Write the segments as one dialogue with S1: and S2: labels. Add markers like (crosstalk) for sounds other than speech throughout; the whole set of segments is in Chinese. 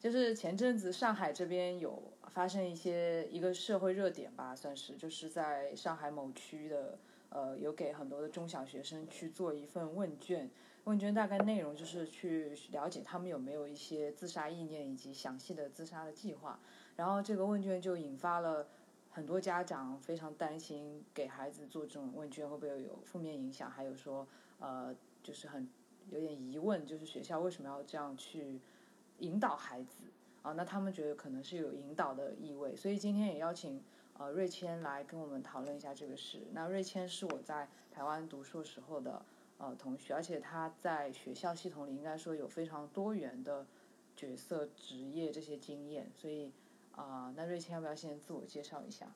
S1: 就是前阵子上海这边有发生一些一个社会热点吧，算是就是在上海某区的呃，有给很多的中小学生去做一份问卷，问卷大概内容就是去了解他们有没有一些自杀意念以及详细的自杀的计划，然后这个问卷就引发了。很多家长非常担心给孩子做这种问卷会不会有负面影响，还有说，呃，就是很有点疑问，就是学校为什么要这样去引导孩子啊？那他们觉得可能是有引导的意味，所以今天也邀请呃瑞谦来跟我们讨论一下这个事。那瑞谦是我在台湾读硕时候的呃同学，而且他在学校系统里应该说有非常多元的角色、职业这些经验，所以。啊、呃，那瑞谦要不要先自我介绍一下？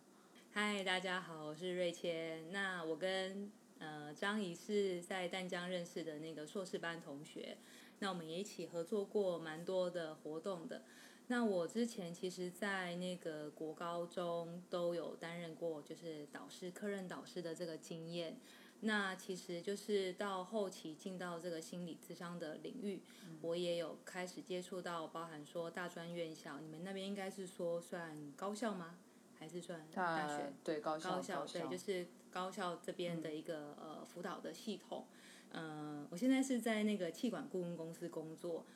S2: 嗨，大家好，我是瑞谦。那我跟呃张怡是在淡江认识的那个硕士班同学，那我们也一起合作过蛮多的活动的。那我之前其实，在那个国高中都有担任过，就是导师、科任导师的这个经验。那其实就是到后期进到这个心理咨商的领域，我也有开始接触到，包含说大专院校，你们那边应该是说算高校吗？还是算大学？
S1: 呃对高校，
S2: 高校对，就是是高校这边的一个、呃辅导的系统。嗯、我现在是在那个气管顾问公司工作，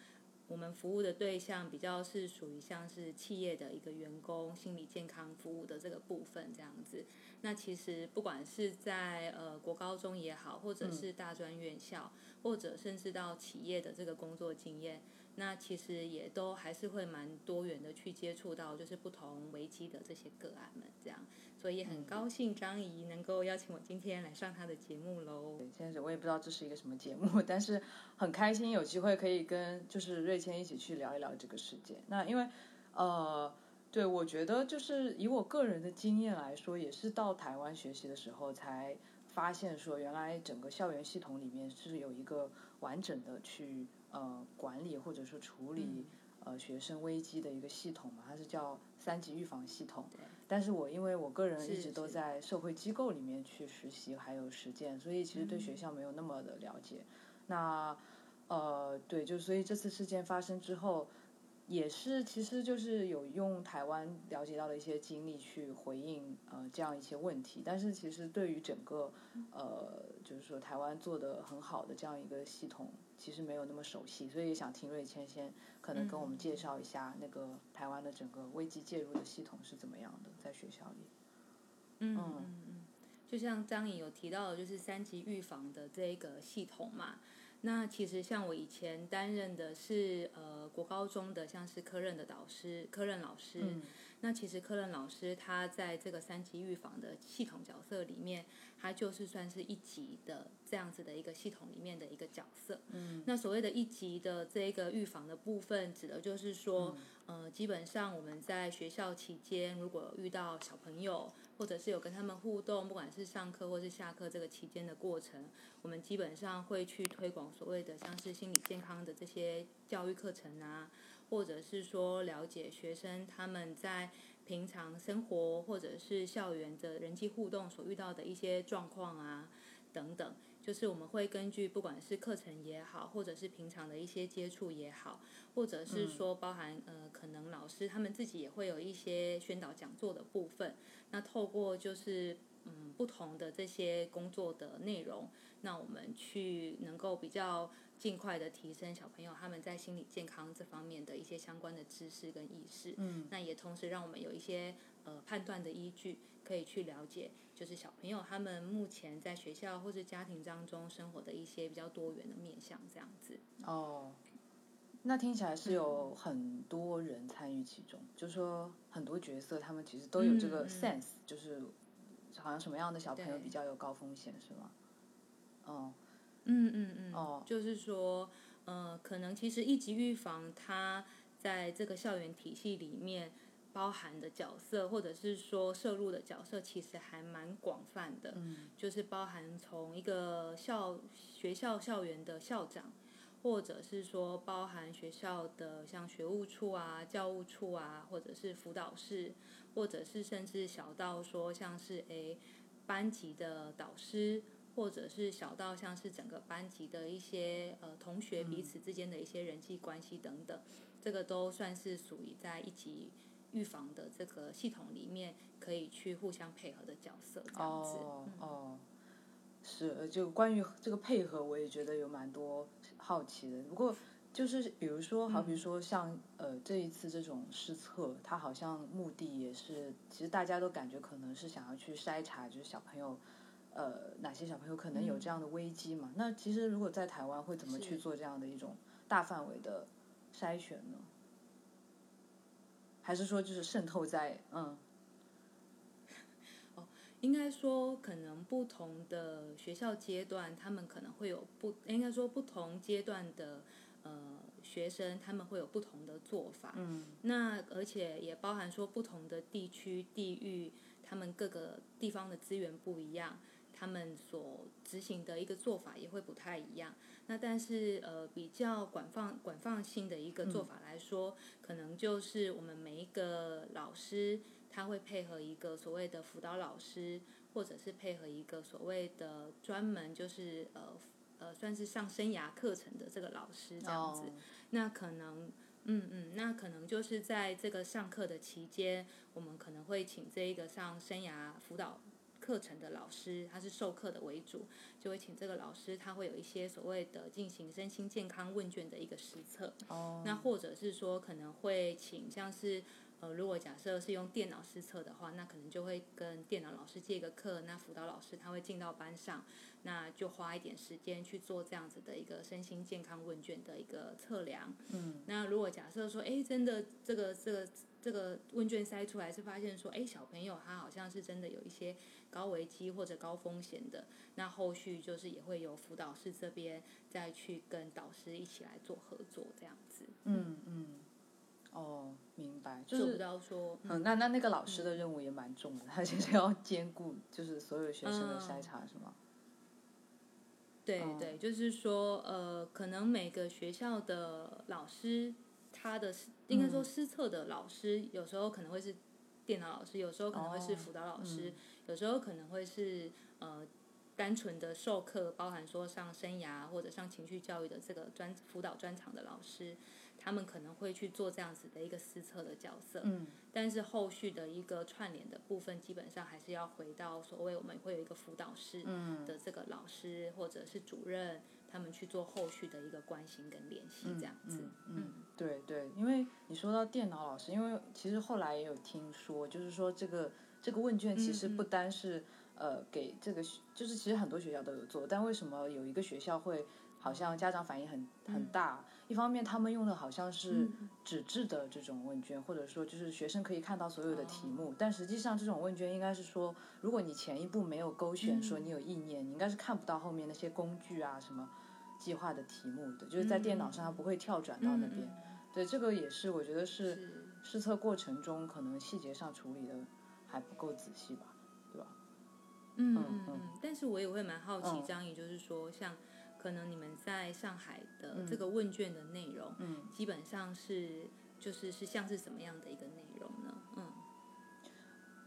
S2: 我们服务的对象比较是属于像是企业的一个员工心理健康服务的这个部分这样子。那其实不管是在呃国高中也好，或者是大专院校，或者甚至到企业的这个工作经验，那其实也都还是会蛮多元的去接触到就是不同危机的这些个案们这样。所以也很高兴张怡能够邀请我今天来上她的节目喽。
S1: 先是我也不知道这是一个什么节目， (laughs) 但是很开心有机会可以跟就是瑞谦一起去聊一聊这个事件。那因为呃，对我觉得就是以我个人的经验来说，也是到台湾学习的时候才发现说，原来整个校园系统里面是有一个完整的去呃管理或者说处理、
S2: 嗯
S1: 呃学生危机的一个系统嘛，它是叫三级预防系统。但是我因为我个人一直
S2: 是
S1: 都
S2: 是
S1: 在社会机构里面去实习还有实践，所以其实对学校没有那么的了解。那呃，对，就所以这次事件发生之后，也是其实就是有用台湾了解到的一些经历去回应呃这样一些问题，但是其实对于整个呃就是说台湾做的很好的这样一个系统，其实没有那么熟悉，所以也想听瑞谦先可能跟我们介绍一下那个台湾的整个危机介入的系统是怎么样的，在学校里。
S2: 嗯嗯嗯，就像张颖有提到的，就是三级预防的这一个系统嘛。那其实像我以前担任的是呃国高中的，像是科任的导师，科任老师。
S1: 嗯
S2: 那其实科任老师他在这个三级预防的系统角色里面，他就是算是一级的这样子的一个系统里面的一个角色。嗯，那所谓的一级的这个预防的部分，指的就是说，呃，基本上我们在学校期间，如果遇到小朋友，或者是有跟他们互动，不管是上课或是下课这个期间的过程，我们基本上会去推广所谓的像是心理健康的这些教育课程啊，或者是说了解学生他们在平常生活或者是校园的人际互动所遇到的一些状况啊等等，就是我们会根据不管是课程也好，或者是平常的一些接触也好，或者是说包含呃可能老师他们自己也会有一些宣导讲座的部分，那透过就是。嗯，不同的这些工作的内容，那我们去能够比较尽快的提升小朋友他们在心理健康这方面的一些相关的知识跟意识。嗯，那也同时让我们有一些呃判断的依据，可以去了解，就是小朋友他们目前在学校或是家庭当中生活的一些比较多元的面向，这样子。
S1: 哦，那听起来是有很多人参与其中，就是说很多角色他们其实都有这个
S2: 嗯嗯
S1: sense，、就是好像什么样的小朋友
S2: 对
S1: 比较有高风险，是吗？哦，
S2: 嗯嗯嗯，
S1: 哦
S2: 就是说，呃，可能其实一级预防它在这个校园体系里面包含的角色，或者是说摄入的角色，其实还蛮广泛的。嗯，就是包含从一个校学校校园的校长，或者是说包含学校的像学务处啊、教务处啊，或者是辅导室，或者是甚至小到说像是诶班级的导师，或者是小到像是整个班级的一些呃同学彼此之间的一些人际关系等等。这个都算是属于在一级预防的这个系统里面可以去互相配合的角色，这样子。
S1: 哦
S2: 嗯
S1: 哦，是，呃就关于这个配合，我也觉得有蛮多好奇的。不过就是比如说，好
S2: 嗯
S1: 比说像、呃这一次这种施测，它好像目的也是，其实大家都感觉可能是想要去筛查，就是小朋友。呃，哪些小朋友可能有这样的危机嘛？那其实如果在台湾会怎么去
S2: 嗯是
S1: 做这样的一种大范围的筛选呢？还是说就是渗透在嗯
S2: 应该说，可能不同的学校阶段，他们可能会有不，应该说不同阶段的呃学生，他们会有不同的做法。
S1: 嗯
S2: 那而且也包含说不同的地区、地域，他们各个地方的资源不一样，他们所执行的一个做法也会不太一样。那但是呃，比较广泛、广泛性的一个做法来说，可能就是我们每一个老师，他会配合一个所谓的辅导老师，或者是配合一个所谓的专门就是呃呃算是上生涯课程的这个老师这样子。
S1: 哦
S2: 那可能，嗯嗯，那可能就是在这个上课的期间，我们可能会请这一个上生涯辅导课程的老师，他是授课的为主，就会请这个老师，他会有一些所谓的进行身心健康问卷的一个实测。
S1: 哦
S2: 那或者是说可能会请像是呃，如果假设是用电脑实测的话，那可能就会跟电脑老师借个课，那辅导老师他会进到班上，那就花一点时间去做这样子的一个身心健康问卷的一个测量。
S1: 嗯
S2: 那如果假设说，哎，真的这个这个这个问卷筛出来是发现说，哎，小朋友他好像是真的有一些高危机或者高风险的，那后续就是也会有辅导室这边再去跟导师一起来做合作这样子。
S1: 嗯嗯哦明白，就
S2: 做不
S1: 是
S2: 到说，嗯，
S1: 嗯那那那个老师的任务也蛮重的，他就是要兼顾就是所有学生的筛查是吗？
S2: 对
S1: 哦
S2: 对，就是说，呃，可能每个学校的老师，他的师应该
S1: 嗯
S2: 说师测的老师，有时候可能会是电脑老师，有时候可能会是
S1: 哦
S2: 辅导老师，有时候可能会是呃单纯的授课，包含说上生涯或者上情绪教育的这个专辅导专场的老师，他们可能会去做这样子的一个师测的角色。
S1: 嗯
S2: 但是后续的一个串联的部分，基本上还是要回到所谓我们会有一个辅导室
S1: 嗯
S2: 的这个老师或者是主任，他们去做后续的一个关心跟联系，这样子。
S1: 嗯，对对，因为你说到电脑老师，因为其实后来也有听说，就是说这个这个问卷其实
S2: 嗯嗯
S1: 不单是、呃给这个学，就是其实很多学校都有做，但为什么有一个学校会好像家长反应很很大？一方面他们用的好像
S2: 嗯
S1: 是纸质的这种问卷，或者说就是学生可以看到所有的题目，但实际上这种问卷应该是说，如果你前一步没有勾选说你有意念，你应该是看不到后面那些工具啊什么。计划的题目的，就是在电脑上它不会跳转到那边，对，这个也是，我觉得嗯是
S2: 嗯是
S1: 试测过程中可能细节上处理的还不够仔细吧，对吧？
S2: 嗯
S1: 嗯
S2: 嗯
S1: 嗯
S2: 嗯，但是我也会蛮好奇
S1: 嗯，
S2: 张颖，就是说，像可能你们在上海的这个问卷的内容，
S1: 嗯
S2: 基本上是就是是像是什么样的一个内容呢？嗯，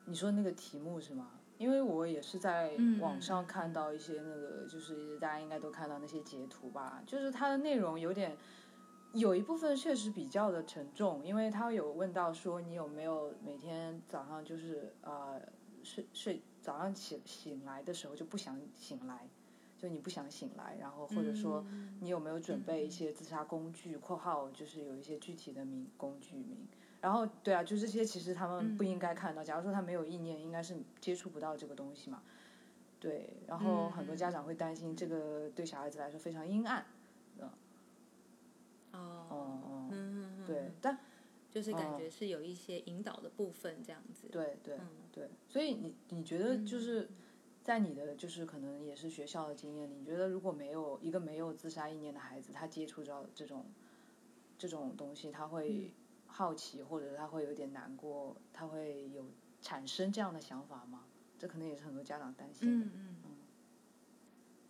S1: 你说那个题目是吗？因为我也是在
S2: 嗯
S1: 网
S2: 嗯
S1: 上
S2: 嗯
S1: 看到一些那个，就是大家应该都看到那些截图吧，就是它的内容有点，有一部分确实比较的沉重，因为它有问到说你有没有每天早上就是呃睡睡早上起醒来的时候就不想醒来，就你不想醒来，然后或者说
S2: 嗯
S1: 你有没有准备一
S2: 嗯
S1: 些自杀工具（括号就是有一些具体的名工具名）？然后对啊，就这些其实他们不
S2: 嗯
S1: 应该看到。假如说他没有意念，应该是接触不到这个东西嘛。对，然后很
S2: 嗯
S1: 多家长会担心这个对小孩子来说非常阴暗。
S2: 哦，
S1: 哦、嗯，
S2: 嗯，嗯，
S1: 对
S2: 嗯，
S1: 但
S2: 就是感
S1: 哦
S2: 觉是有一些引导的部分这样子。
S1: 对对
S2: 嗯。
S1: 对，所以你你觉得就是在你的就是可能也是学校的经验里，你觉得如果没有一个没有自杀意念的孩子，他接触到这种这种东西，他
S2: 嗯
S1: 会好奇，或者他会有点难过，他会有产生这样的想法吗？这可能也是很多家长担心的。
S2: 嗯嗯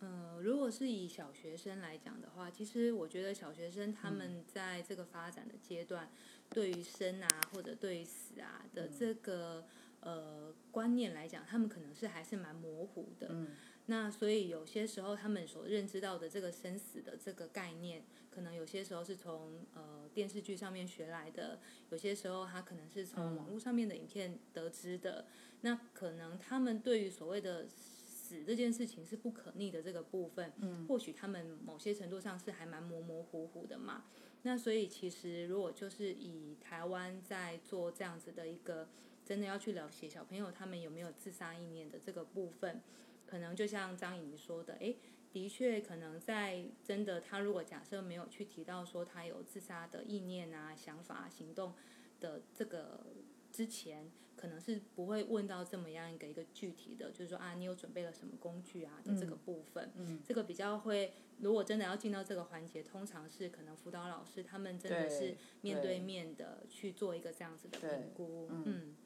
S2: 呃，如果是以小学生来讲的话，其实我觉得小学生
S1: 嗯
S2: 他们在这个发展的阶段，对于生啊或者对于死啊
S1: 嗯
S2: 的这个、呃观念来讲，他们可能是还是蛮模糊的。
S1: 嗯
S2: 那所以有些时候他们所认知到的这个生死的这个概念，可能有些时候是从呃电视剧上面学来的，有些时候他可能是从网络上面的影片得知的。那可能他们对于所谓的死这件事情是不可逆的这个部分，嗯，或许他们某些程度上是还蛮模模糊糊的嘛。那所以其实如果就是以台湾在做这样子的一个真的要去了解小朋友他们有没有自杀意念的这个部分，可能就像张颖说的，诶，的确可能在真的他如果假设没有去提到说他有自杀的意念啊、想法、行动的这个之前，可能是不会问到这么样一个一个具体的，就是说啊，你有准备了什么工具啊的这个部分，
S1: 嗯
S2: 这个比较会。如果真的要进到这个环节，通常是可能辅导老师他们真的是
S1: 对
S2: 面
S1: 对
S2: 对面的去做一个这样子的
S1: 对
S2: 评估，
S1: 嗯
S2: 嗯。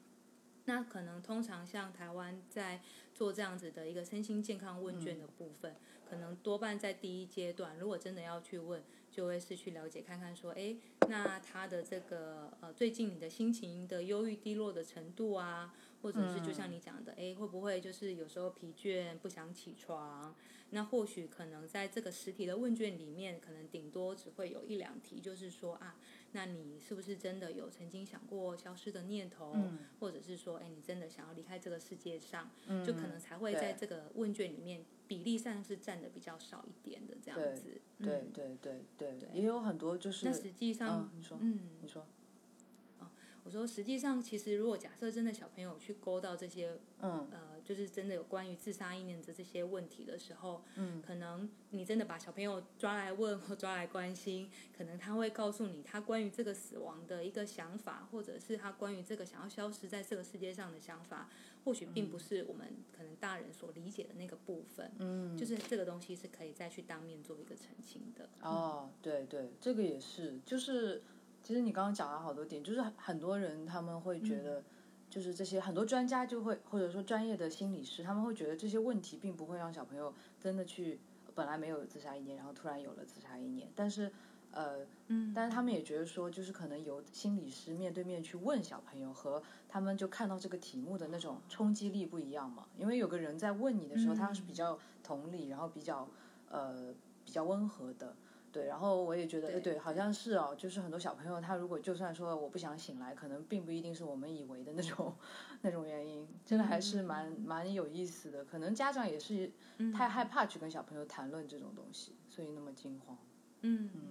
S2: 那可能通常像台湾在做这样子的一个身心健康问
S1: 嗯
S2: 卷的部分，可能多半在第一阶段，如果真的要去问，就会是去了解看看说，诶，那他的这个呃最近你的心情的忧郁低落的程度啊，或者是就
S1: 嗯
S2: 像你讲的，诶，会不会就是有时候疲倦不想起床？那或许可能在这个实体的问卷里面，可能顶多只会有一两题，就是说啊，那你是不是真的有曾经想过消失的念头，
S1: 嗯
S2: 或者是说，哎，你真的想要离开这个世界上，
S1: 嗯
S2: 就可能才会
S1: 对
S2: 在这个问卷里面比例上是占的比较少一点的这样
S1: 对
S2: 子。
S1: 对
S2: 嗯，
S1: 对对对
S2: 对，
S1: 也有很多就是
S2: 那，实际上，
S1: 嗯，你说，
S2: 嗯，
S1: 你说，
S2: 我说实际上，其实如果假设真的小朋友去勾到这些
S1: 嗯
S2: 呃，就是真的有关于自杀意念的这些问题的时候，嗯，可能你真的把小朋友抓来问或抓来关心，可能他会告诉你他关于这个死亡的一个想法，或者是他关于这个想要消失在这个世界上的想法，或许
S1: 嗯
S2: 并不是我们可能大人所理解的那个部分，嗯，就是这个东西是可以再去当面做一个澄清的，
S1: 哦，对对，这个也是，就是其实你刚刚讲了好多点，就是很很多人他们会觉得，就是这些很多专家就会，或者说专业的心理师，他们会觉得这些问题并不会让小朋友真的去本来没有自杀意念，然后突然有了自杀意念，但是呃，
S2: 嗯
S1: 但是他们也觉得说，就是可能由心理师面对面去问小朋友，和他们就看到这个题目的那种冲击力不一样嘛。因为有个人在问你的时候，他是比较同理，然后比较呃比较温和的，对。然后我也觉得，哎，
S2: 对
S1: 对，好像是哦，就是很多小朋友他如果就算说我不想醒来，可能并不一定是我们以为的那种那种原因，真的还是蛮蛮有意思的。可能家长也是
S2: 嗯
S1: 太害怕去跟小朋友谈论这种东西，所以那么惊慌。
S2: 嗯嗯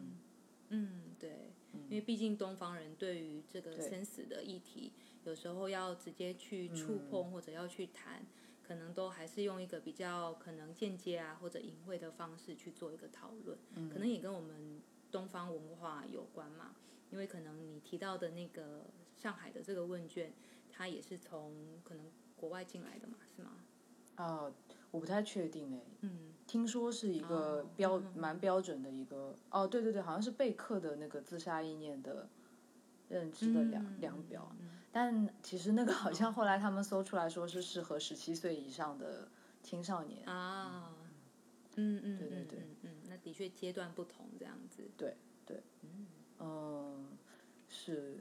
S2: 嗯，对，因为毕竟东方人对于这个
S1: 对
S2: 生死的议题，有时候要直接去触碰或者要去谈，可能都还是用一个比较可能间接啊或者隐晦的方式去做一个讨论，
S1: 嗯
S2: 可能也跟我们东方文化有关嘛。因为可能你提到的那个上海的这个问卷，它也是从可能国外进来的嘛，是吗？
S1: 啊，我不太确定哎，
S2: 嗯，
S1: 听说是一个
S2: 哦
S1: 标、
S2: 嗯
S1: 蛮标准的一个哦，对对对，好像是贝克的那个自杀意念的认知的量、量表，
S2: 嗯
S1: 但其实那个好像后来他们搜出来说是适合十七岁以上的青少年，
S2: 啊，嗯嗯，
S1: 对对
S2: 嗯
S1: 对
S2: 嗯嗯，那的确阶段不同这样子，
S1: 嗯，是。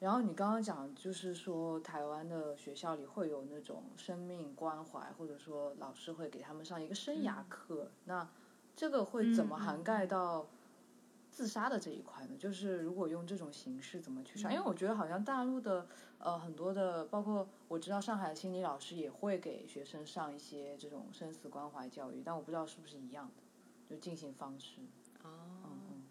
S1: 然后你刚刚讲，就是说台湾的学校里会有那种生命关怀，或者说老师会给他们上一个生涯课。那这个会怎么
S2: 嗯嗯嗯
S1: 涵盖到自杀的这一块呢？就是如果用这种形式怎么去上？因
S2: 嗯
S1: 为我觉得好像大陆的呃很多的，包括我知道上海的心理老师也会给学生上一些这种生死关怀教育，但我不知道是不是一样的，就进行方式。
S2: 哦
S1: 嗯，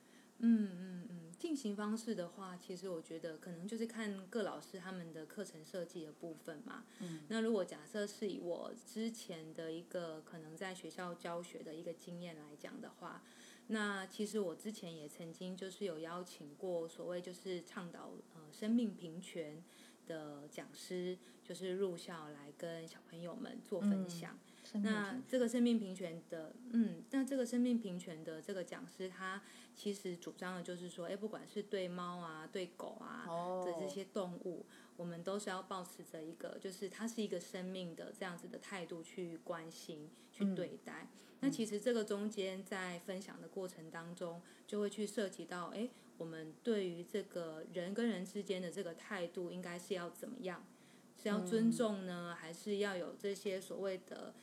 S1: 嗯
S2: 嗯嗯嗯，进行方式的话，其实我觉得可能就是看各老师他们的课程设计的部分嘛。
S1: 嗯，
S2: 那如果假设是以我之前的一个可能在学校教学的一个经验来讲的话，那其实我之前也曾经就是有邀请过所谓就是倡导呃生命平权的讲师，就是入校来跟小朋友们做分
S1: 嗯
S2: 享。
S1: 生命
S2: 那
S1: 平
S2: 这个生命平权的，嗯，那这个生命平权的这个讲师，他其实主张的就是说，哎，不管是对猫啊、对狗啊
S1: 哦
S2: 的这些动物，我们都是要保持着一个，就是它是一个生命的这样子的态度去关心、
S1: 嗯
S2: 去对待。那其实这个中间在分享的过程当中，就会去涉及到，哎，我们对于这个人跟人之间的这个态度，应该是要怎么样？是要尊重呢，还是要有这些所谓的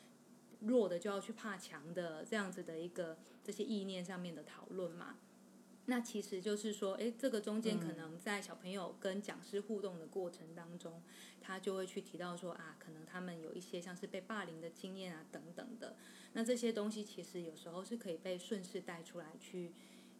S2: 弱的就要去怕强的这样子的一个这些意念上面的讨论嘛？那其实就是说，诶，这个中间可能在小朋友跟讲师互动的过程当中，他就会去提到说啊，可能他们有一些像是被霸凌的经验啊等等的。那这些东西其实有时候是可以被顺势带出来去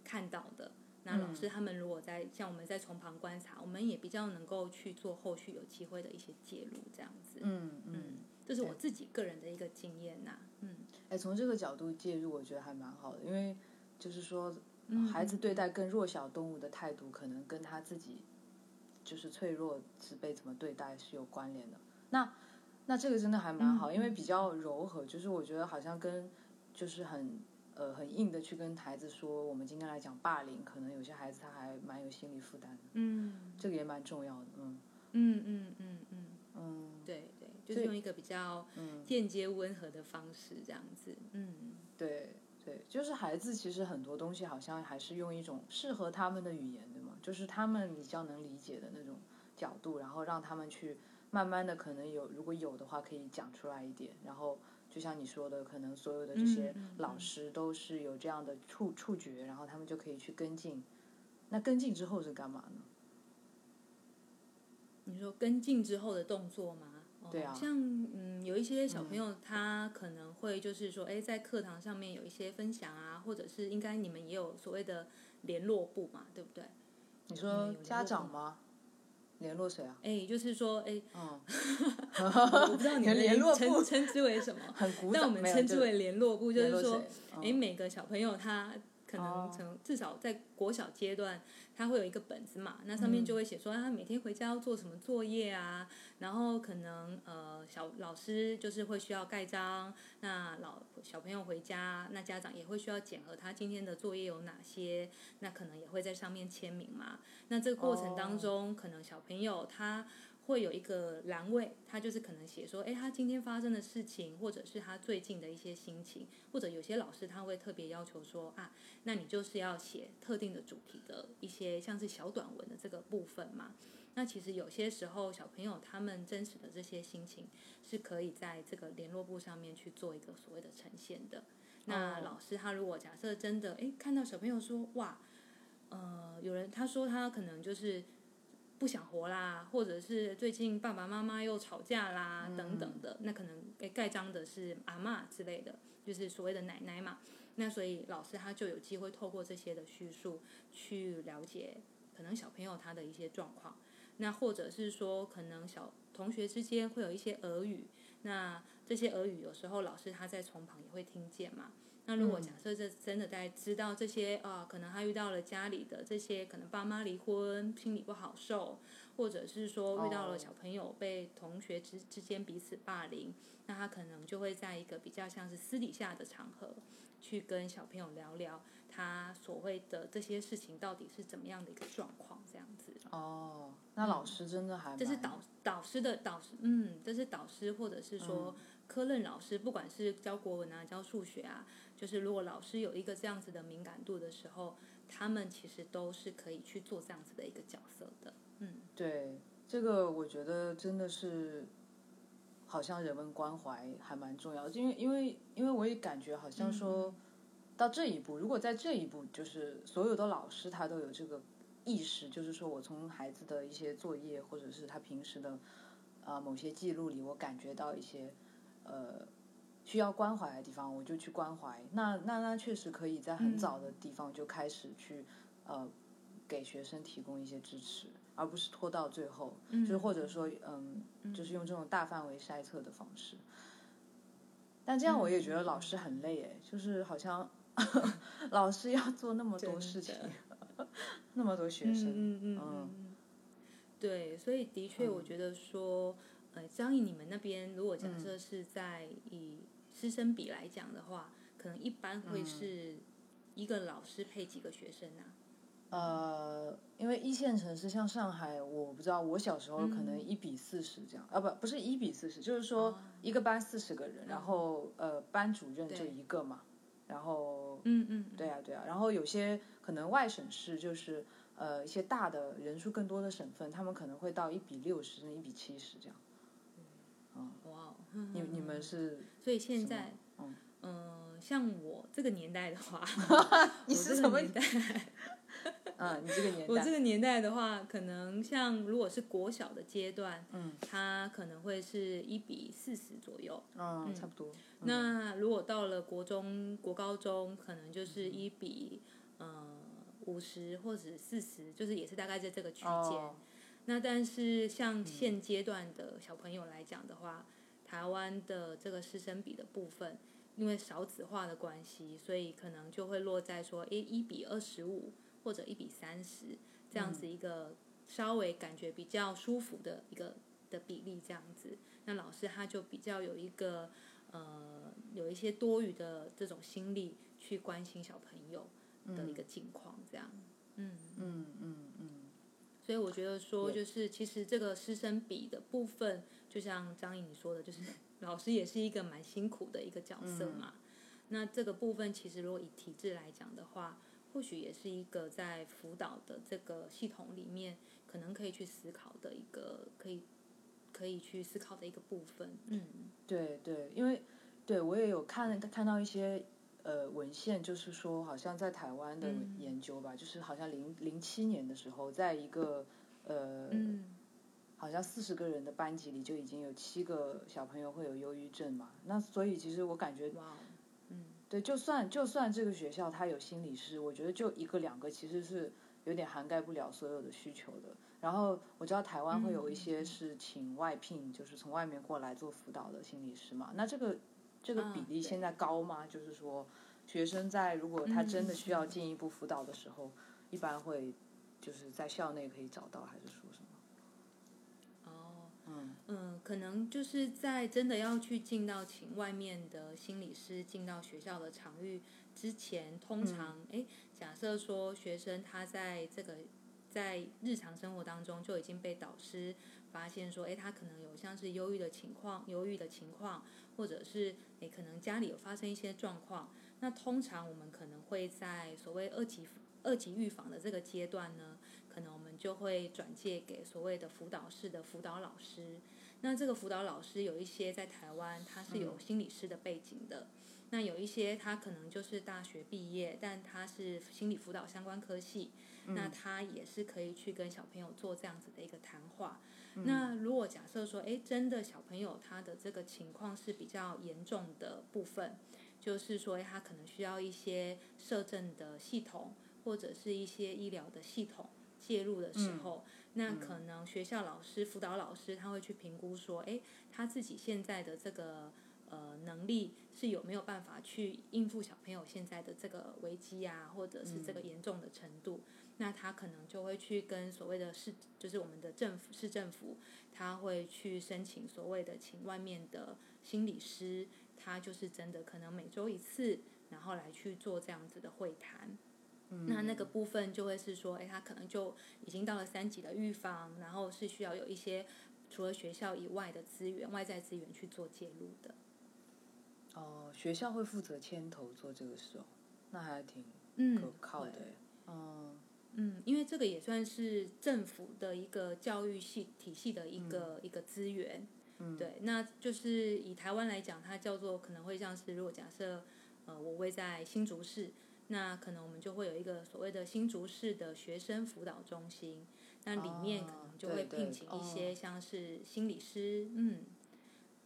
S2: 看到的。那老师他们如果在像我们在从旁观察，我们也比较能够去做后续有机会的一些介入，这样子。
S1: 嗯嗯。
S2: 这是我自己个人的一个经验呐、嗯
S1: 哎，从这个角度介入，我觉得还蛮好的，因为就是说，
S2: 嗯
S1: 哦孩子对待更弱小动物的态度，可能跟他自己就是脆弱是被怎么对待是有关联的。那那这个真的还蛮好，
S2: 嗯
S1: 因为比较柔和，就是我觉得好像跟就是很呃很硬的去跟孩子说，我们今天来讲霸凌，可能有些孩子他还蛮有心理负担的，
S2: 嗯
S1: 这个也蛮重要的。嗯
S2: 嗯嗯嗯嗯，
S1: 嗯，
S2: 对对，就是用一个比较间接温和的方式这样子，嗯
S1: 对对，就是孩子其实很多东西好像还是用一种适合他们的语言，对吗？就是他们比较能理解的那种角度，然后让他们去慢慢的可能有，如果有的话可以讲出来一点。然后就像你说的，可能所有的这些
S2: 嗯嗯
S1: 老
S2: 嗯
S1: 师都是有这样的触触觉，然后他们就可以去跟进。那跟进之后是干嘛呢？
S2: 你说跟进之后的动作吗？哦
S1: 对啊
S2: 像嗯，有一些小朋友他可能会就是说，哎，在课堂上面有一些分享啊，或者是应该你们也有所谓的联络部嘛，对不对？
S1: 你
S2: 们嗯
S1: 说
S2: 有联
S1: 家
S2: 络
S1: 长
S2: 吗
S1: 吗？联络谁啊？
S2: 哎，就是说，哎，
S1: 嗯，
S2: (laughs) 我不知道你们
S1: 联络部
S2: 称称之为什么，
S1: (laughs) 很古
S2: 但
S1: 早，
S2: 我们
S1: 没有
S2: 称
S1: 就
S2: 之为联络部，就
S1: 联络
S2: 是说
S1: 谁，嗯
S2: 诶，每个小朋友他可能
S1: 哦
S2: 从、至少在国小阶段，他会有一个本子嘛，那
S1: 嗯
S2: 上面就会写说、啊，他每天回家要做什么作业啊，然后可能呃小老师就是会需要盖章，那老小朋友回家，那家长也会需要检核他今天的作业有哪些，那可能也会在上面签名嘛。那这个过程当中，可能小朋友他。会有一个栏位，他就是可能写说，诶，他今天发生的事情，或者是他最近的一些心情，或者有些老师他会特别要求说啊，那你就是要写特定的主题的一些像是小短文的这个部分嘛。那其实有些时候小朋友他们真实的这些心情是可以在这个联络簿上面去做一个所谓的呈现的。那
S1: 哦
S2: 老师他如果假设真的诶看到小朋友说哇，呃，有人他说他可能就是不想活啦，或者是最近爸爸妈妈又吵架啦、等等的，那可能诶盖章的是阿嬷之类的，就是所谓的奶奶嘛。那所以老师他就有机会透过这些的叙述去了解可能小朋友他的一些状况，那或者是说可能小同学之间会有一些俄语，那这些俄语有时候老师他在从旁也会听见嘛。那如果假设这真的在知道这些啊、可能他遇到了家里的这些，可能爸妈离婚，心里不好受，或者是说遇到了
S1: 哦
S2: 小朋友被同学之之间彼此霸凌，那他可能就会在一个比较像是私底下的场合，去跟小朋友聊聊他所谓的这些事情到底是怎么样的一个状况，这样子。
S1: 哦，那老师真的还
S2: 嗯这是
S1: 蛮
S2: 导导师的导师，嗯，这是导师或者是说
S1: 嗯
S2: 科任老师，不管是教国文啊、教数学啊，就是如果老师有一个这样子的敏感度的时候，他们其实都是可以去做这样子的一个角色的，嗯
S1: 对，这个我觉得真的是，好像人文关怀还蛮重要的，因为因为因为我也感觉好像说、到这一步，如果在这一步，就是所有的老师他都有这个意识，就是说我从孩子的一些作业或者是他平时的啊、某些记录里，我感觉到一些呃需要关怀的地方，我就去关怀。那那那确实可以在
S2: 嗯
S1: 很早的地方就开始去、呃给学生提供一些支持，而不是拖到最后，
S2: 嗯
S1: 就是或者说嗯，就是用这种大范围筛测的方式。但这样我也觉得
S2: 嗯
S1: 老师很累诶，就是好像 (laughs) 老师要做那么多
S2: 真
S1: 事情
S2: 的，
S1: (laughs) 那么多学生，
S2: 嗯嗯嗯嗯嗯，对，所以的确，
S1: 嗯
S2: 我觉得说，呃，张毅，你们那边如果假设是在以师生比来讲的话，可能一般
S1: 嗯
S2: 会是一个老师配几个学生啊？
S1: 呃，因为一线城市像上海，我不知道，我小时候可
S2: 嗯
S1: 能一比四十这样，啊不不是一比四十，就是说
S2: 哦
S1: 一个班四十个人，然后呃班主任就
S2: 对
S1: 一个嘛，然后
S2: 嗯嗯，
S1: 对啊对啊，然后有些可能外省市就是呃一些大的人数更多的省份，他们可能会到一比六十甚至一比七十这样。
S2: 哇哦，
S1: 嗯
S2: (laughs)
S1: 你你们是
S2: 所以现
S1: 什
S2: 在，呃
S1: 么
S2: (laughs) 嗯、像我这个年代的话，
S1: 你
S2: 我
S1: 是
S2: 这个
S1: 什么
S2: 年代？
S1: 嗯，你这个年
S2: 我这
S1: 代，
S2: 个年代的话，可能像如果是国小的阶段，
S1: 嗯，
S2: 它可能会是一比四十左右。
S1: 嗯，差不多。嗯
S2: 那如果到了国中、国高中，可能就是一比呃五十或者四十，就是也是大概在这个区间。
S1: 哦，
S2: 那但是像现阶段的小朋友来讲的话，台湾的这个师生比的部分，因为少子化的关系，所以可能就会落在说，诶，一比二十五或者一比三十这样子一个稍微感觉比较舒服的一个的比例这样子。那老师他就比较有一个呃有一些多余的这种心力去关心小朋友的一个境况这样，嗯
S1: 嗯嗯嗯，
S2: 所以我觉得说，就是其实这个师生比的部分，就像张颖你说的，就是 (laughs) 老师也是一个蛮辛苦的一个角色嘛。那这个部分其实如果以体制来讲的话，或许也是一个在辅导的这个系统里面，可能可以去思考的一个可以可以去思考的一个部分。嗯
S1: 对对，因为对我也有看看到一些呃文献，就是说好像在台湾的
S2: 嗯
S1: 研究吧，就是好像零零七年的时候，在一个呃、
S2: 嗯
S1: 好像四十个人的班级里就已经有七个小朋友会有忧郁症嘛。那所以其实我感觉，
S2: 哇哦，嗯
S1: 对，就算就算这个学校它有心理师，我觉得就一个两个其实是有点涵盖不了所有的需求的。然后我知道台湾会有一些
S2: 嗯
S1: 是请外聘，就是从外面过来做辅导的心理师嘛。那这个这个比
S2: 啊
S1: 例
S2: 对
S1: 现在高吗？就是说，学生在如果他真的需
S2: 嗯
S1: 要进一步辅导的时候，一般会就是在校内可以找到，还是说什么？
S2: 哦。
S1: 嗯
S2: 嗯，可能就是在真的要去进到请外面的心理师进到学校的场域之前，通常诶，假设说学生他在这个在日常生活当中就已经被导师发现说，诶，他可能有像是忧郁的情况、忧郁的情况，或者是诶，可能家里有发生一些状况，那通常我们可能会在所谓二级二级预防的这个阶段呢。可能我们就会转介给所谓的辅导室的辅导老师。那这个辅导老师有一些在台湾，他是有心理师的背景的。那有一些他可能就是大学毕业，但他是心理辅导相关科系，
S1: 嗯
S2: 那他也是可以去跟小朋友做这样子的一个谈话。
S1: 嗯
S2: 那如果假设说，诶，真的小朋友他的这个情况是比较严重的部分，就是说诶他可能需要一些社政的系统或者是一些医疗的系统介入的时候，那可能学校老师、辅导老师他会去评估说，诶，他自己现在的这个呃能力是有没有办法去应付小朋友现在的这个危机啊，或者是这个严重的程度。那他可能就会去跟所谓的市，就是我们的政府、市政府，他会去申请所谓的请外面的心理师，他就是真的可能每周一次，然后来去做这样子的会谈。
S1: 嗯
S2: 那那个部分就会是说，诶，他可能就已经到了三级的预防，然后是需要有一些除了学校以外的资源、外在资源去做介入的。
S1: 哦，学校会负责牵头做这个事哦，那还挺可
S2: 嗯，
S1: 靠的
S2: 会
S1: 诶。嗯
S2: 嗯，因为这个也算是政府的一个教育系体系的一个、一个资源。
S1: 嗯
S2: 对，那就是以台湾来讲，它叫做可能会像是，如果假设呃我位在新竹市，那可能我们就会有一个所谓的新竹市的学生辅导中心，那里面可
S1: 哦
S2: 能就会
S1: 对对
S2: 聘请一
S1: 哦
S2: 些像是心理师，嗯，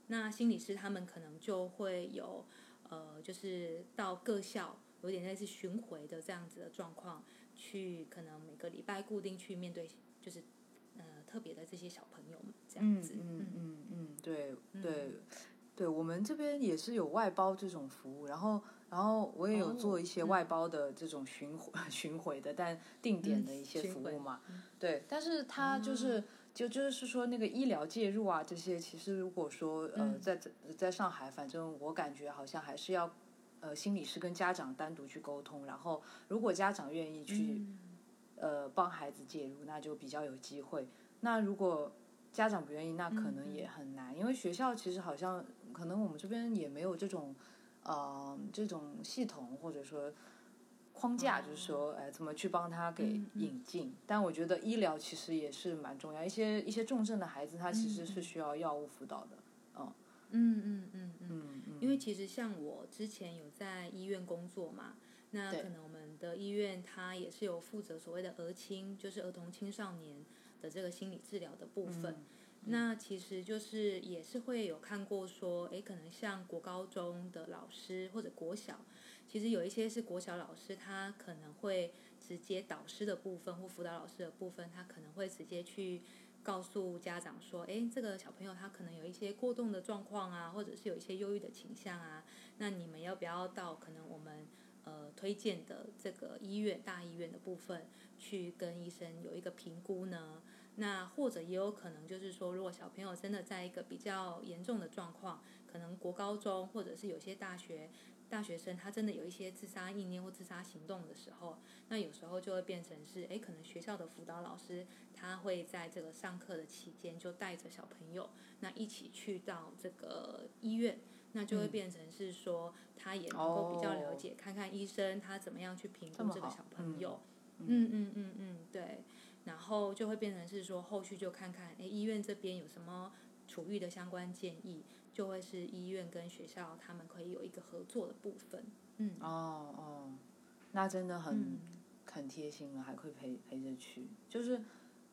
S2: 那心理师他们可能就会有呃，就是到各校有点类似巡回的这样子的状况，去可能每个礼拜固定去面对，就是呃特别的这些小朋友们这样
S1: 嗯
S2: 子，
S1: 嗯嗯嗯，对对
S2: 嗯
S1: 对，我们这边也是有外包这种服务，然后然后我也有
S2: 哦
S1: 做一些
S2: 嗯
S1: 外包的这种巡回 (laughs) 巡回的，但定点
S2: 嗯
S1: 的一些
S2: 巡
S1: 服
S2: 回嗯哦
S1: 务嘛。对，但是它就是、就就是说那个医疗介入啊这些，其实如果说呃
S2: 嗯
S1: 在在上海，反正我感觉好像还是要。呃，心理师跟家长单独去沟通，然后如果家长愿意去、
S2: 嗯
S1: 呃帮孩子介入，那就比较有机会。那如果家长不愿意，那可能
S2: 嗯
S1: 也很难，因为学校其实好像可能我们这边也没有这种呃这种系统或者说框架，就是说哎怎么去帮他给
S2: 哦嗯嗯
S1: 引进。但我觉得医疗其实也是蛮重要，一些一些重症的孩子他其实
S2: 嗯
S1: 是需要药物辅导的。
S2: 嗯嗯嗯嗯嗯，
S1: 嗯嗯，
S2: 因为其实像我之前有在医院工作嘛，那可能我们的医院它也是有负责所谓的儿青，就是儿童青少年的这个心理治疗的部
S1: 嗯
S2: 分。那其实就是也是会有看过说，诶，可能像国高中的老师或者国小，其实有一些是国小老师，他可能会直接导师的部分或辅导老师的部分，他可能会直接去告诉家长说，诶，这个小朋友他可能有一些过动的状况啊，或者是有一些忧郁的倾向啊，那你们要不要到可能我们呃推荐的这个医院大医院的部分去跟医生有一个评估呢？那或者也有可能就是说，如果小朋友真的在一个比较严重的状况，可能国高中或者是有些大学大学生，他真的有一些自杀意念或自杀行动的时候，那有时候就会变成是，诶，可能学校的辅导老师他会在这个上课的期间就带着小朋友，那一起去到这个医院。那就会变成是说，他也能够比较了解，看看医生他怎么样去评
S1: 哦这
S2: 估
S1: 么
S2: 这个
S1: 好
S2: 小朋友。嗯嗯嗯嗯，对。然后就会变成是说，后续就看看，诶，医院这边有什么处遇的相关建议，就会是医院跟学校他们可以有一个合作的部分。嗯，
S1: 哦哦，那真的很、
S2: 嗯
S1: 很贴心啊了，还可以陪陪着去，就是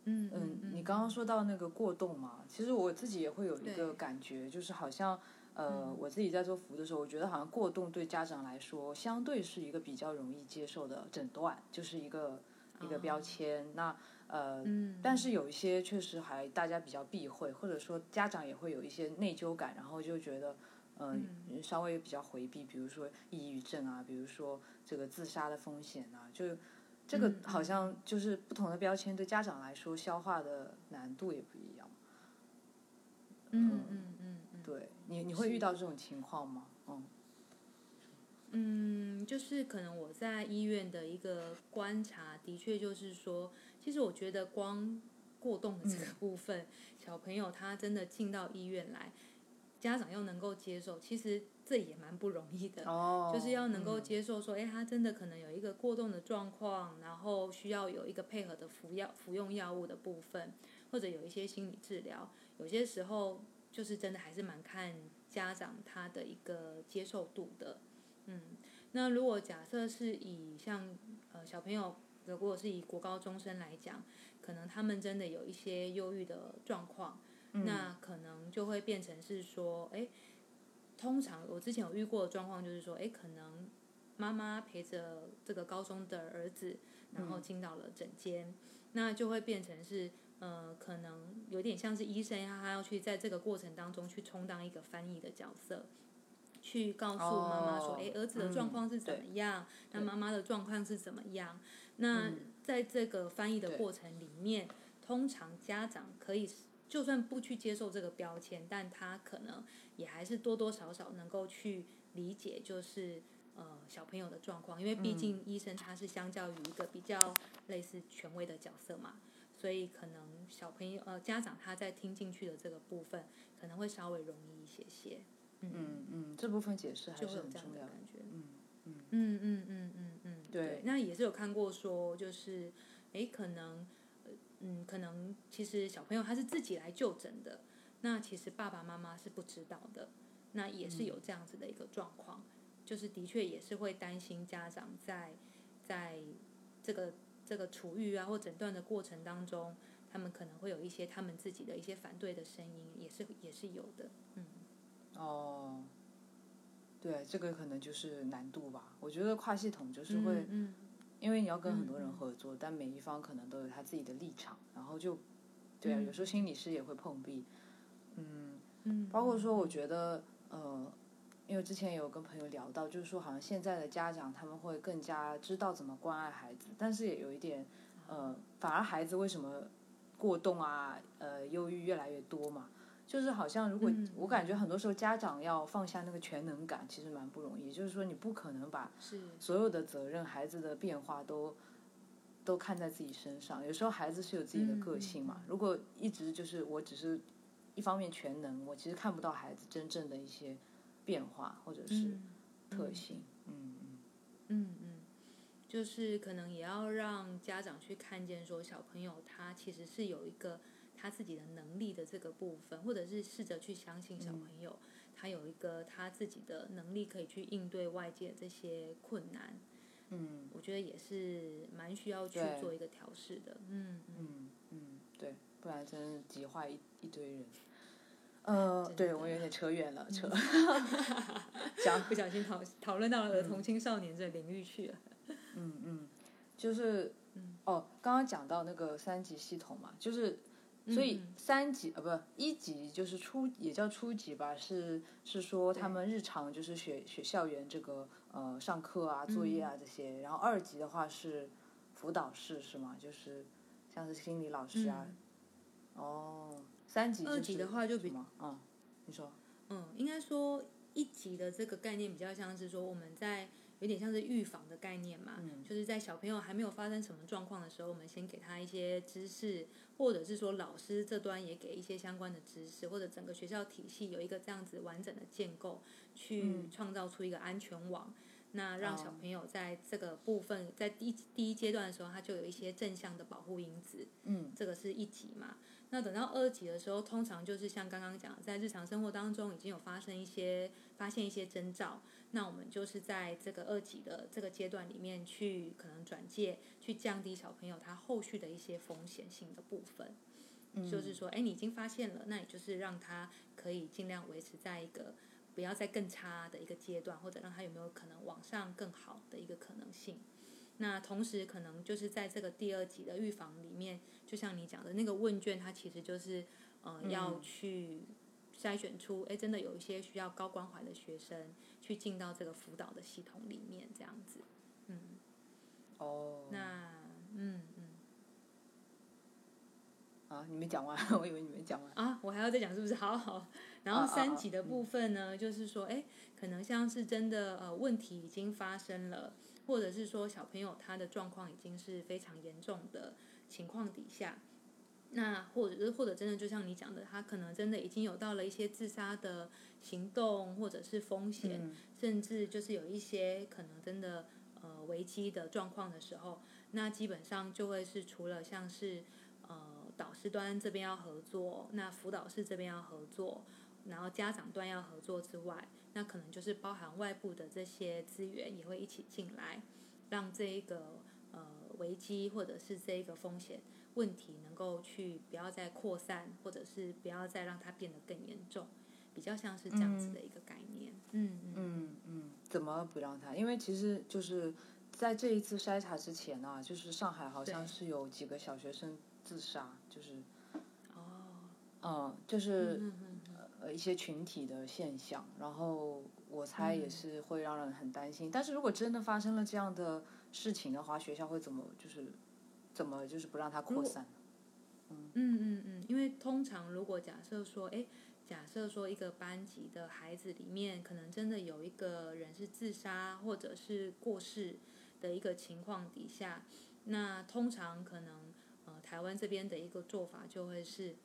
S2: 嗯
S1: 嗯，你刚刚说到那个过动嘛，其实我自己也会有一个
S2: 对嗯
S1: 感觉，就是好像呃，我自己在做服务的时候，我觉得好像过动对家长来说，相对是一个比较容易接受的诊断，就是一个一个标签。那呃，
S2: 哦嗯，
S1: 但是有一些确实还大家比较避讳，或者说家长也会有一些内疚感，然后就觉得。嗯，稍微比较回避，比如说抑郁症啊，比如说这个自杀的风险啊，就这个
S2: 嗯
S1: 好像就是不同的标签对家长来说消化的难度也不一样。
S2: 嗯嗯嗯嗯，
S1: 对你，你会遇到这种情况吗？嗯，
S2: 嗯，就是可能我在医院的一个观察，的确就是说，其实我觉得光过动的这个部分，小朋友他真的进到医院来，家长又能够接受，其实这也蛮不容易的。
S1: 哦，
S2: 就是要能够
S1: 嗯
S2: 接受说，哎、他真的可能有一个过动的状况，然后需要有一个配合的服药、服用药物的部分，或者有一些心理治疗，有些时候就是真的还是蛮看家长他的一个接受度的。嗯，那如果假设是以像呃小朋友，如果是以国高中生来讲，可能他们真的有一些忧郁的状况，
S1: 嗯
S2: 那可能就会变成是说，哎，通常我之前有遇过的状况就是说，哎，可能妈妈陪着这个高中的儿子，然
S1: 嗯
S2: 后进到了诊间，那就会变成是。呃，可能有点像是医生，啊他要去在这个过程当中去充当一个翻译的角色，去告诉妈妈说，
S1: 哦
S2: 哎、儿子的状况是怎
S1: 嗯
S2: 么样，那妈妈的状况是怎么样。那在这个翻译的
S1: 嗯对
S2: 过程里面，通常家长可以就算不去接受这个标签，但他可能也还是多多少少能够去理解，就是呃小朋友的状况，因为
S1: 嗯
S2: 毕竟医生他是相较于一个比较类似权威的角色嘛，所以可能小朋友呃家长他在听进去的这个部分，可能会稍微容易一些些，
S1: 嗯嗯，这部分解释还
S2: 就会
S1: 是
S2: 有
S1: 很
S2: 这样
S1: 重
S2: 的
S1: 要的
S2: 感。觉。嗯嗯嗯嗯嗯，
S1: 对
S2: 那也是有看过说，就是诶，可能，呃嗯，可能其实小朋友他是自己来就诊的，那其实爸爸妈妈是不知道的，那也是有这样子的一个状况，就是的确也是会担心家长在在这个这个处遇啊或诊断的过程当中，他们可能会有一些他们自己的一些反对的声音，也是也是有的，嗯
S1: 哦，对，这个可能就是难度吧。我觉得跨系统就是会，
S2: 嗯
S1: 因为你要跟很多人
S2: 嗯嗯
S1: 合作，但每一方可能都有他自己的立场，然后就，对啊，
S2: 嗯
S1: 有时候心理师也会碰壁。嗯，
S2: 嗯，
S1: 包括说，我觉得，呃，因为之前有跟朋友聊到，就是说，好像现在的家长他们会更加知道怎么关爱孩子，但是也有一点，呃，反而孩子为什么过动啊，呃，忧郁越来越多嘛，就是好像如果、
S2: 嗯
S1: 我感觉很多时候家长要放下那个全能感，其实蛮不容易，就是说你不可能把
S2: 是
S1: 所有的责任、孩子的变化都都看在自己身上。有时候孩子是有自己的个性
S2: 嗯
S1: 嘛，如果一直就是我只是一方面全能，我其实看不到孩子真正的一些变化或者是
S2: 嗯
S1: 特性。嗯嗯
S2: 嗯，嗯，就是可能也要让家长去看见，说小朋友他其实是有一个他自己的能力的这个部分，或者是试着去相信小朋友，
S1: 嗯
S2: 他有一个他自己的能力可以去应对外界这些困难。
S1: 嗯
S2: 我觉得也是蛮需要去
S1: 对
S2: 做一个调试的。嗯嗯
S1: 嗯嗯，对，不然真是急坏一一堆人。呃，
S2: 真
S1: 对
S2: 的嗯
S1: 我有点扯远了，
S2: (laughs)
S1: 扯讲
S2: 不小心讨讨论到了儿童青少年这领域去了。
S1: 嗯嗯，就是，
S2: 嗯
S1: 哦，刚刚讲到那个三级系统嘛，就是，所以
S2: 嗯嗯
S1: 三级啊，不，一级就是初，也叫初级吧，是是说他
S2: 对
S1: 们日常就是学学校园这个呃上课啊、作业
S2: 嗯
S1: 啊这些，然后二级的话是辅导室是吗？就是像是心理老师啊，
S2: 嗯
S1: 哦，三级、就是、
S2: 二级的话就比
S1: 什么？嗯，你说，
S2: 嗯，应该说一级的这个概念比较像是说我们在有点像是预防的概念嘛，
S1: 嗯
S2: 就是在小朋友还没有发生什么状况的时候，我们先给他一些知识，或者是说老师这端也给一些相关的知识，或者整个学校体系有一个这样子完整的建构，去
S1: 嗯
S2: 创造出一个安全网。那让小
S1: 哦
S2: 朋友在这个部分，在第一第一阶段的时候，他就有一些正向的保护因子。
S1: 嗯
S2: 这个是一级嘛。那等到二级的时候，通常就是像刚刚讲的，在日常生活当中已经有发生一些发现一些征兆，那我们就是在这个二级的这个阶段里面去可能转介，去降低小朋友他后续的一些风险性的部分。
S1: 嗯，
S2: 就是说，哎，你已经发现了，那你就是让他可以尽量维持在一个不要再更差的一个阶段，或者让他有没有可能往上更好的一个可能性。那同时，可能就是在这个第二级的预防里面，就像你讲的那个问卷，它其实就是呃、要
S1: 嗯
S2: 去筛选出，哎，真的有一些需要高关怀的学生去进到这个辅导的系统里面，这样子。嗯，
S1: 哦，
S2: 那嗯嗯
S1: 啊，你没讲完， (laughs) 我以为你没讲完。
S2: 啊，我还要再讲是不 (laughs) 是？好好。然后
S1: 啊啊
S2: 三
S1: 啊
S2: 级的部分呢，就是说，哎，可能像是真的呃问题已经发生了，或者是说小朋友他的状况已经是非常严重的情况底下，那或者是或者真的就像你讲的，他可能真的已经有到了一些自杀的行动或者是风险，
S1: 嗯
S2: 甚至就是有一些可能真的呃危机的状况的时候，那基本上就会是除了像是呃导师端这边要合作，那辅导室这边要合作，然后家长端要合作之外，那可能就是包含外部的这些资源也会一起进来，让这一个呃危机或者是这一个风险问题能够去不要再扩散，或者是不要再让它变得更严重。比较像是这样子的一个概念，嗯嗯
S1: 嗯，嗯，怎么不让他？因为其实就是在这一次筛查之前啊，就是上海好像
S2: 对
S1: 是有几个小学生自杀，就是
S2: 哦，
S1: 嗯，就是
S2: 嗯嗯嗯
S1: 呃一些群体的现象。然后我猜也
S2: 嗯
S1: 是会让人很担心。但是如果真的发生了这样的事情的话，学校会怎么就是怎么就是不让它扩
S2: 果
S1: 散？
S2: 嗯嗯嗯，因为通常如果假设说，哎，假设说一个班级的孩子里面，可能真的有一个人是自杀或者是过世的一个情况底下，那通常可能呃台湾这边的一个做法就会是，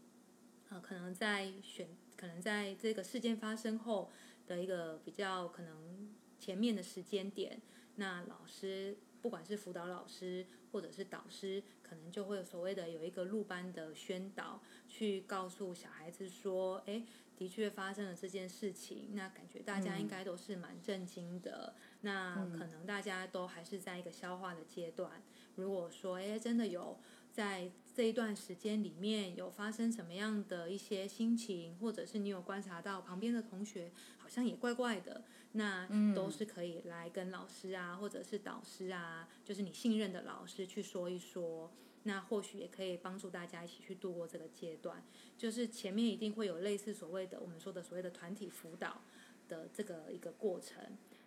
S2: 呃，可能在选，可能在这个事件发生后的一个比较可能前面的时间点，那老师不管是辅导老师或者是导师，可能就会所谓的有一个入班的宣导，去告诉小孩子说，哎，的确发生了这件事情，那感觉大家应该都是蛮震惊的，那可能大家都还是在一个消化的阶段。如果说，哎，真的有在这一段时间里面有发生什么样的一些心情，或者是你有观察到旁边的同学好像也怪怪的，那都是可以来跟老师啊，或者是导师啊，就是你信任的老师去说一说。那或许也可以帮助大家一起去度过这个阶段。就是前面一定会有类似所谓的我们说的所谓的团体辅导的这个一个过程。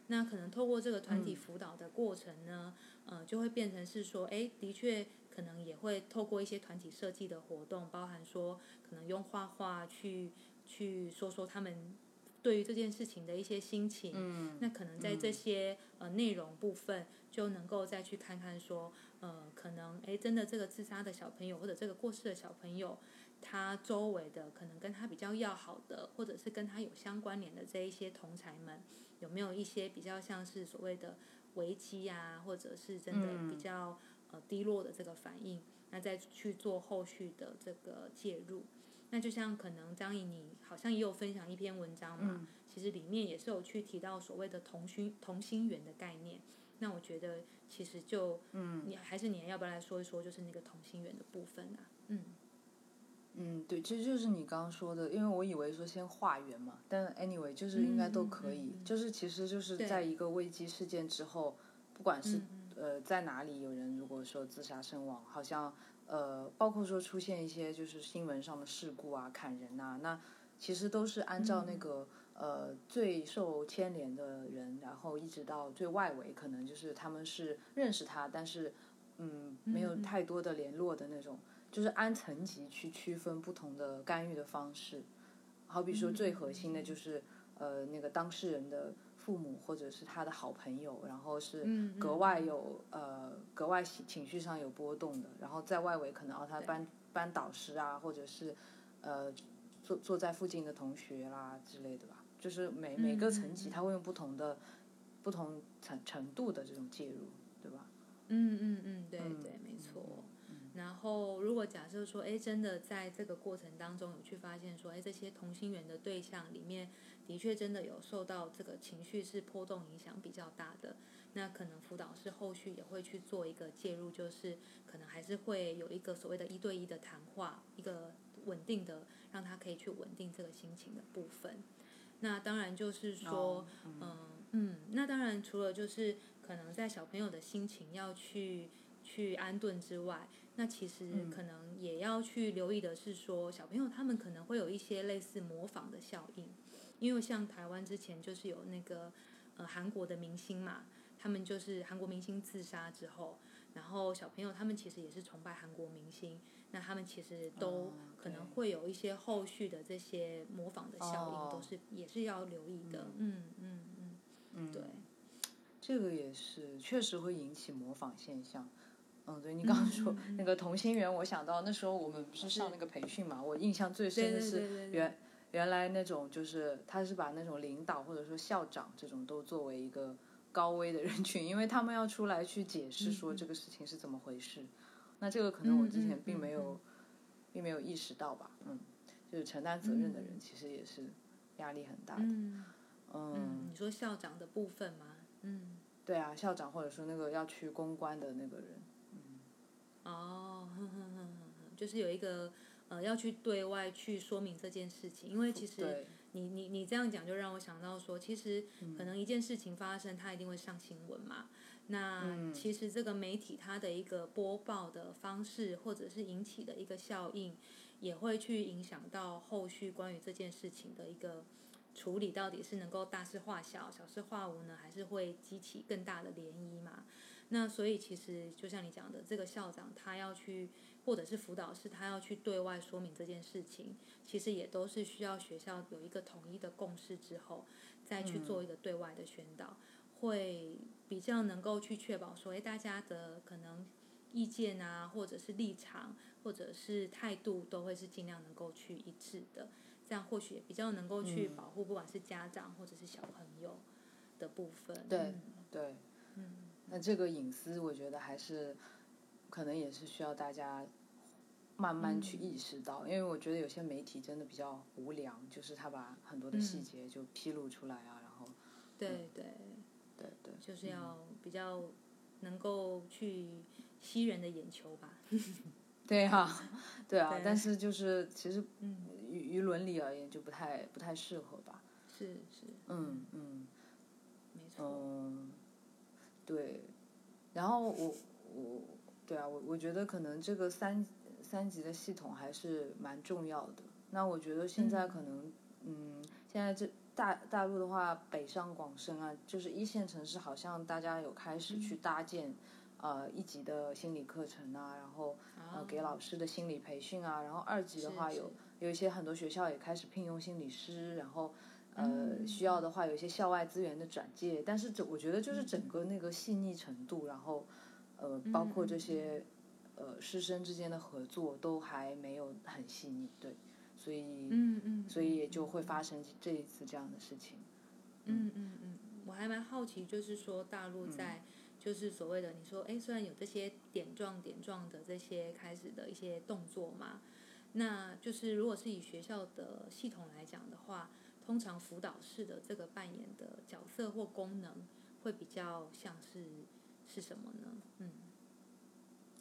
S2: 那可能透过这个团体辅导的过程呢，呃，就会变成是说，哎，的确可能也会透过一些团体设计的活动，包含说可能用画画去去说说他们对于这件事情的一些心情。嗯，那可能在这些、呃内容部分，就能够再去看看说，呃，可能哎，真的这个自杀的小朋友或者这个过世的小朋友，他周围的可能跟他比较要好的，或者是跟他有相关联的这一些同才们，有没有一些比较像是所谓的危机啊，或者是真的比较、呃低落的这个反应，那再去做后续的这个介入。那就像可能张颖，你好像也有分享一篇文章嘛，其实里面也是有去提到所谓的同心同心圆的概念。那我觉得其实就，嗯，你还是你要不要来说一说，就是那个同心圆的部分啊？嗯
S1: 嗯，对，其实就是你刚刚说的，因为我以为说先化缘嘛，但 anyway 就是应该都可以，
S2: 嗯嗯嗯
S1: 就是其实就是
S2: 对
S1: 在一个危机事件之后，不管是
S2: 嗯嗯
S1: 呃，在哪里有人如果说自杀身亡，好像呃，包括说出现一些就是新闻上的事故啊、砍人呐、那其实都是按照那
S2: 嗯
S1: 个、呃最受牵连的人，然后一直到最外围，可能就是他们是认识他，但是嗯没有
S2: 嗯嗯
S1: 太多的联络的那种，就是按层级去区分不同的干预的方式。好比说最核心的
S2: 嗯
S1: 就是呃那个当事人的父母或者是他的好朋友，然后是
S2: 嗯嗯
S1: 格外有呃格外情情绪上有波动的，然后在外围可能哦他
S2: 对
S1: 班班导师啊，或者是呃坐坐在附近的同学啦之类的吧，就是每每个层级
S2: 嗯嗯嗯
S1: 他会用不同的不同程程度的这种介入，对吧？
S2: 嗯嗯嗯，对
S1: 嗯
S2: 对，没错。
S1: 嗯
S2: 然后，如果假设说，哎，真的在这个过程当中有去发现说，哎，这些同心圆的对象里面，的确真的有受到这个情绪是波动影响比较大的，那可能辅导师后续也会去做一个介入，就是可能还是会有一个所谓的一对一的谈话，一个稳定的让他可以去稳定这个心情的部分。那当然就是说。
S1: 哦嗯
S2: 嗯，嗯，那当然，除了就是可能在小朋友的心情要去去安顿之外，那其实
S1: 嗯
S2: 可能也要去留意的是说，小朋友他们可能会有一些类似模仿的效应，因为像台湾之前就是有那个呃韩国的明星嘛，他们就是韩国明星自杀之后，然后小朋友他们其实也是崇拜韩国明星，那他们其实都
S1: 哦
S2: 可能
S1: 对
S2: 会有一些后续的这些模仿的效应，
S1: 哦
S2: 都是也是要留意的。嗯嗯嗯，
S1: 嗯，
S2: 对，
S1: 这个也是确实会引起模仿现象。嗯，对你刚刚说、那个同心圆，我想到那时候我们不是上那个培训嘛，我印象最
S2: 对
S1: 深的
S2: 对
S1: 是
S2: 对对对，
S1: 原原来那种就是他是把那种领导或者说校长这种都作为一个高危的人群，因为他们要出来去解释说
S2: 嗯嗯
S1: 这个事情是怎么回事。那这个可能我之
S2: 嗯
S1: 前
S2: 嗯
S1: 并没有、
S2: 嗯嗯
S1: 并没有意识到吧，嗯，就是承担责任的人
S2: 嗯
S1: 其实也是压力很大的，
S2: 嗯
S1: 嗯
S2: 嗯，你说校长的部分吗？嗯，
S1: 对啊，校长或者说那个要去公关的那个人，
S2: 哦，哼哼哼哼哼，就是有一个呃要去对外去说明这件事情，因为其实
S1: 对，嗯
S2: 你你你这样讲，就让我想到说，其实可能一件事情发生，它一定会上新闻嘛。那
S1: 嗯
S2: 其实这个媒体它的一个播报的方式，或者是引起的一个效应，也会去影响到后续关于这件事情的一个处理，到底是能够大事化小、小事化无呢，还是会激起更大的涟漪嘛？那所以其实就像你讲的，这个校长他要去，或者是辅导师他要去对外说明这件事情，其实也都是需要学校有一个统一的共识之后，再去做一个对外的宣导，会比较能够去确保说，哎，大家的可能意见啊，或者是立场，或者是态度，都会是尽量能够去一致的，这样或许也比较能够去
S1: 嗯
S2: 保护，不管是家长或者是小朋友的部分。
S1: 对
S2: 嗯
S1: 对，
S2: 嗯，
S1: 那这个隐私，我觉得还是可能也是需要大家慢慢
S2: 嗯
S1: 去意识到，因为我觉得有些媒体真的比较无良，就是他把很多的细
S2: 嗯
S1: 节就披露出来啊，然后嗯
S2: 对对，
S1: 对对，
S2: 就是要比较能够去吸人的眼球吧。
S1: 对啊， (laughs) 对啊，
S2: 对
S1: 但是就是其实
S2: 嗯，
S1: 于于伦理而言就不太不太适合吧，
S2: 是是，
S1: 嗯嗯。
S2: 没错。
S1: 嗯，对。然后我我对啊，我我觉得可能这个三三级的系统还是蛮重要的。那我觉得现在可能嗯现在这大大陆的话，北上广深啊，就是一线城市，好像大家有开始去搭建。呃，一级的心理课程啊，然后呃
S2: 啊
S1: 给老师的心理培训啊，然后二级的话有有一些很多学校也开始聘用心理师，然后呃
S2: 嗯
S1: 需要的话有一些校外资源的转介，但是整我觉得
S2: 嗯
S1: 就是整个那个细腻程度，然后呃包括
S2: 嗯
S1: 这些呃师生之间的合作都还没有很细腻，对，所以
S2: 嗯嗯，
S1: 所以也就会发生这一次这样的事情。
S2: 嗯嗯嗯，我还蛮好奇，就是说大
S1: 嗯
S2: 陆在就是所谓的你说，哎，虽然有这些点状点状的这些开始的一些动作嘛，那就是如果是以学校的系统来讲的话，通常辅导室的这个扮演的角色或功能会比较像是是什么呢？嗯，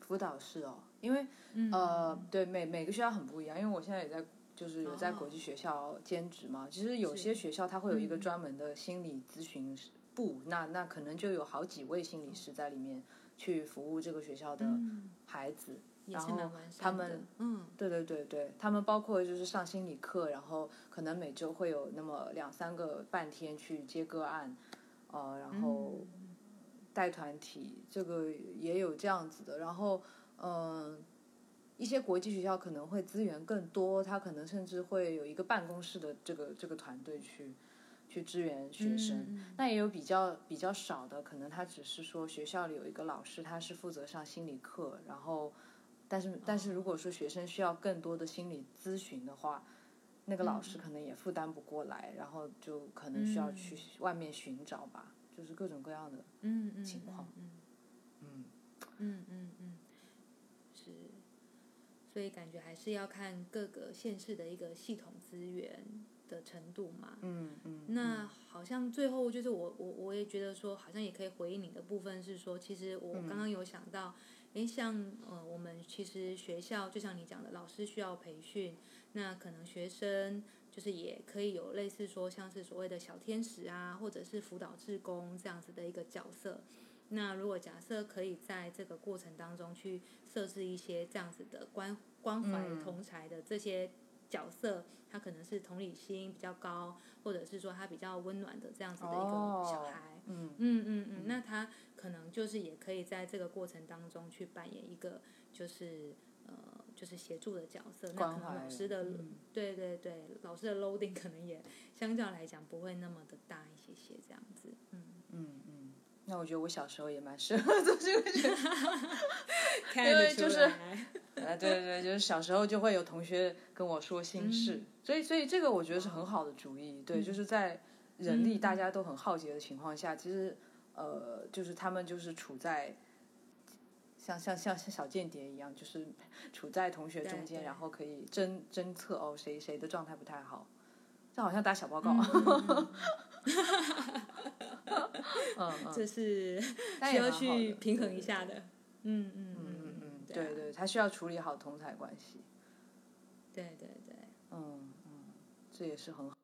S1: 辅导室哦，因为、
S2: 嗯
S1: 呃，对每每个学校很不一样，因为我现在也在就是有在
S2: 哦
S1: 国际学校兼职嘛，其实有
S2: 是
S1: 些学校它会有一个
S2: 嗯
S1: 专门的心理咨询师部，那那可能就有好几位心理师在里面去服务这个学校的
S2: 嗯
S1: 孩子，
S2: 也
S1: 然
S2: 是
S1: 后
S2: 蛮完善
S1: 他
S2: 的
S1: 们
S2: 嗯
S1: 对对对对，他们包括就是上心理课，然后可能每周会有那么两三个半天去接个案，呃，然后
S2: 嗯
S1: 带团体，这个也有这样子的。然后，嗯、一些国际学校可能会资源更多，他可能甚至会有一个办公室的这个这个团队去去支援学生。
S2: 嗯
S1: 那也有比较比较少的，可能他只是说学校里有一个老师，他是负责上心理课，然后，但是但是如果说学生需要更多的心理咨询的话，那个老师可能也负担不过来，然后就可能需要去外面寻找吧，就是各种各样的，
S2: 嗯嗯
S1: 情况
S2: 嗯
S1: 嗯，
S2: 嗯嗯嗯，是，所以感觉还是要看各个县市的一个系统资源的程度嘛。
S1: 嗯嗯，
S2: 那好像最后就是我我我也觉得说，好像也可以回应你的部分是说，其实我
S1: 嗯
S2: 刚刚有想到，诶、像呃我们其实学校就像你讲的，老师需要培训，那可能学生就是也可以有类似说像是所谓的小天使啊，或者是辅导志工这样子的一个角色。那如果假设可以在这个过程当中去设置一些这样子的关关怀
S1: 嗯
S2: 同才的这些角色，他可能是同理心比较高，或者是说他比较温暖的这样子的一个小
S1: 哦
S2: 孩。
S1: 嗯
S2: 嗯嗯嗯，那他可能就是也可以在这个过程当中去扮演一个就是呃就是协助的角色。那可
S1: 关
S2: 能
S1: 怀
S2: 老师的、
S1: 嗯
S2: 对对对，老师的 loading 可能也相较来讲不会那么的大一些些这样子。嗯，
S1: 嗯嗯，那我觉得我小时候也蛮适合 (laughs) 做这个事，
S2: 看
S1: 因
S2: 得
S1: 为
S2: 出
S1: 就是
S2: 来
S1: 啊，对对对，就是小时候就会有同学跟我说心事，
S2: 嗯
S1: 所以所以这个我觉得是很好的主意。对，就是在人力大家都很耗竭的情况
S2: 嗯
S1: 下，其实呃，就是他们就是处在像像像像小间谍一样，就是 (laughs) 处在同学中
S2: 对
S1: 间，
S2: 对
S1: 然后可以侦侦测哦谁谁的状态不太好，这好像打小报告，
S2: 嗯
S1: (laughs) 嗯
S2: 嗯
S1: 嗯，
S2: (laughs) 这是
S1: 但
S2: 需
S1: 也
S2: 要
S1: 蛮好的
S2: 去平衡一。下的。嗯嗯
S1: 嗯嗯
S2: 嗯
S1: 嗯，
S2: 对啊
S1: 对对，他需要处理好同台关系，
S2: 对对对。
S1: 嗯嗯，这也是很好。